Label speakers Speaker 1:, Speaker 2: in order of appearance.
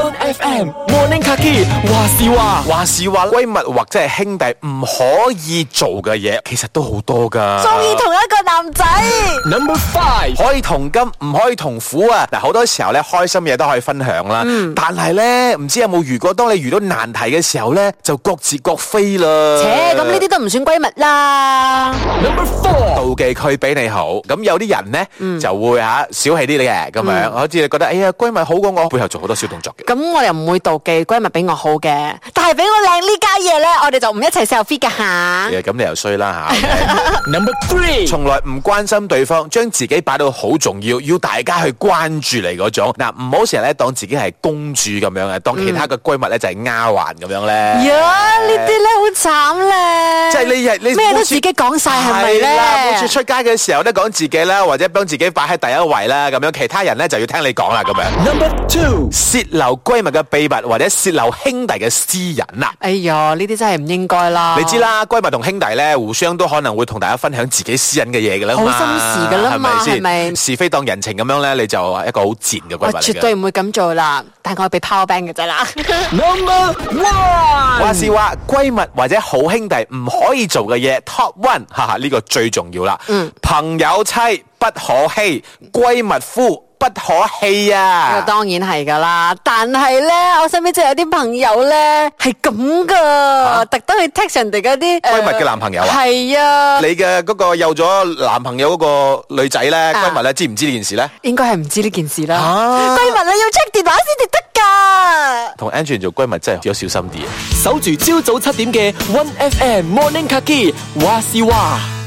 Speaker 1: M Morning Kaki 話事話，
Speaker 2: 話是話，閨蜜或者係兄弟唔可以做嘅嘢，其實都好多噶。
Speaker 3: 中意同一個 男仔，
Speaker 1: Number Five
Speaker 2: 可以同甘，唔可以同苦啊！嗱，好多時候咧，開心嘢都可以分享啦。
Speaker 3: 嗯
Speaker 2: 但係咧，唔知有冇遇過？當你遇到難題嘅時候咧，就各自各飛啦。
Speaker 3: 切咁呢啲都唔算閨蜜啦。
Speaker 1: Number Four
Speaker 2: 妒忌佢比你好，咁有啲人咧、
Speaker 3: 嗯
Speaker 2: 就會吓小氣啲嘅咁樣，好似你覺得哎呀閨蜜好過我，背後做好多小動作嘅。
Speaker 3: 咁我又唔會妒忌閨蜜比我好嘅，但係比我靚呢家嘢咧，我哋就唔一齊 selfie 嘅吓。
Speaker 2: 誒咁你又衰 啦吓，
Speaker 1: Number Three
Speaker 2: 從來唔關心對方，將自己擺到好重要，要大家去關注你嗰種。嗱，唔好成日咧當自己係公主咁樣嘅，當其他嘅閨蜜咧就係丫鬟咁樣咧。
Speaker 3: 呀，呢啲咧好慘咧。
Speaker 2: 即係你日你
Speaker 3: 咩都
Speaker 2: 每次
Speaker 3: 自己講晒係咪
Speaker 2: 係啦每
Speaker 3: 咧
Speaker 2: 次？出街嘅時候咧講自己啦，或者幫自己擺喺第一位啦，咁樣其他人咧就要聽你講啦，咁樣。
Speaker 1: Number Two
Speaker 2: 泄漏閨蜜嘅秘密或者泄漏兄弟嘅私啊隱啦。
Speaker 3: 哎呀，呢啲真係唔應該啦。
Speaker 2: 你知。啦，閨蜜同兄弟咧，互相都可能會同大家分享自己私隱嘅嘢噶啦
Speaker 3: 好
Speaker 2: 嘛，
Speaker 3: 心事㗎啦嘛
Speaker 2: 係
Speaker 3: 係咪
Speaker 2: 咪先？是非當人情咁樣咧，你就係一個好賤嘅閨
Speaker 3: 我
Speaker 2: 蜜嚟嘅
Speaker 3: 絕對唔會咁做啦，但係我係被 power bank 嘅 啫啦。
Speaker 1: Number One
Speaker 2: 話是話，閨蜜或者好兄弟唔可以做嘅嘢 top one，哈哈，呢個最重要啦。
Speaker 3: 嗯
Speaker 2: 朋友妻不可欺，閨蜜夫不可棄
Speaker 3: 呢個
Speaker 2: 啊！
Speaker 3: 當然係噶啦，但係咧，我身邊真係有啲朋友咧係咁噶，特登去 text 人哋嗰啲呃
Speaker 2: 閨蜜嘅男朋友啊
Speaker 3: 係啊，
Speaker 2: 你嘅嗰個有咗男朋友嗰個女仔咧，
Speaker 3: 啊
Speaker 2: 閨蜜咧知唔知呢件事咧？
Speaker 3: 應該係唔知呢件事啦。
Speaker 2: 啊
Speaker 3: 閨蜜你要 check 電話先至得㗎。
Speaker 2: 同 Angeline 做閨蜜真係要小心啲啊！
Speaker 1: 守住朝早七點嘅 One FM Morning Kaki 話事話。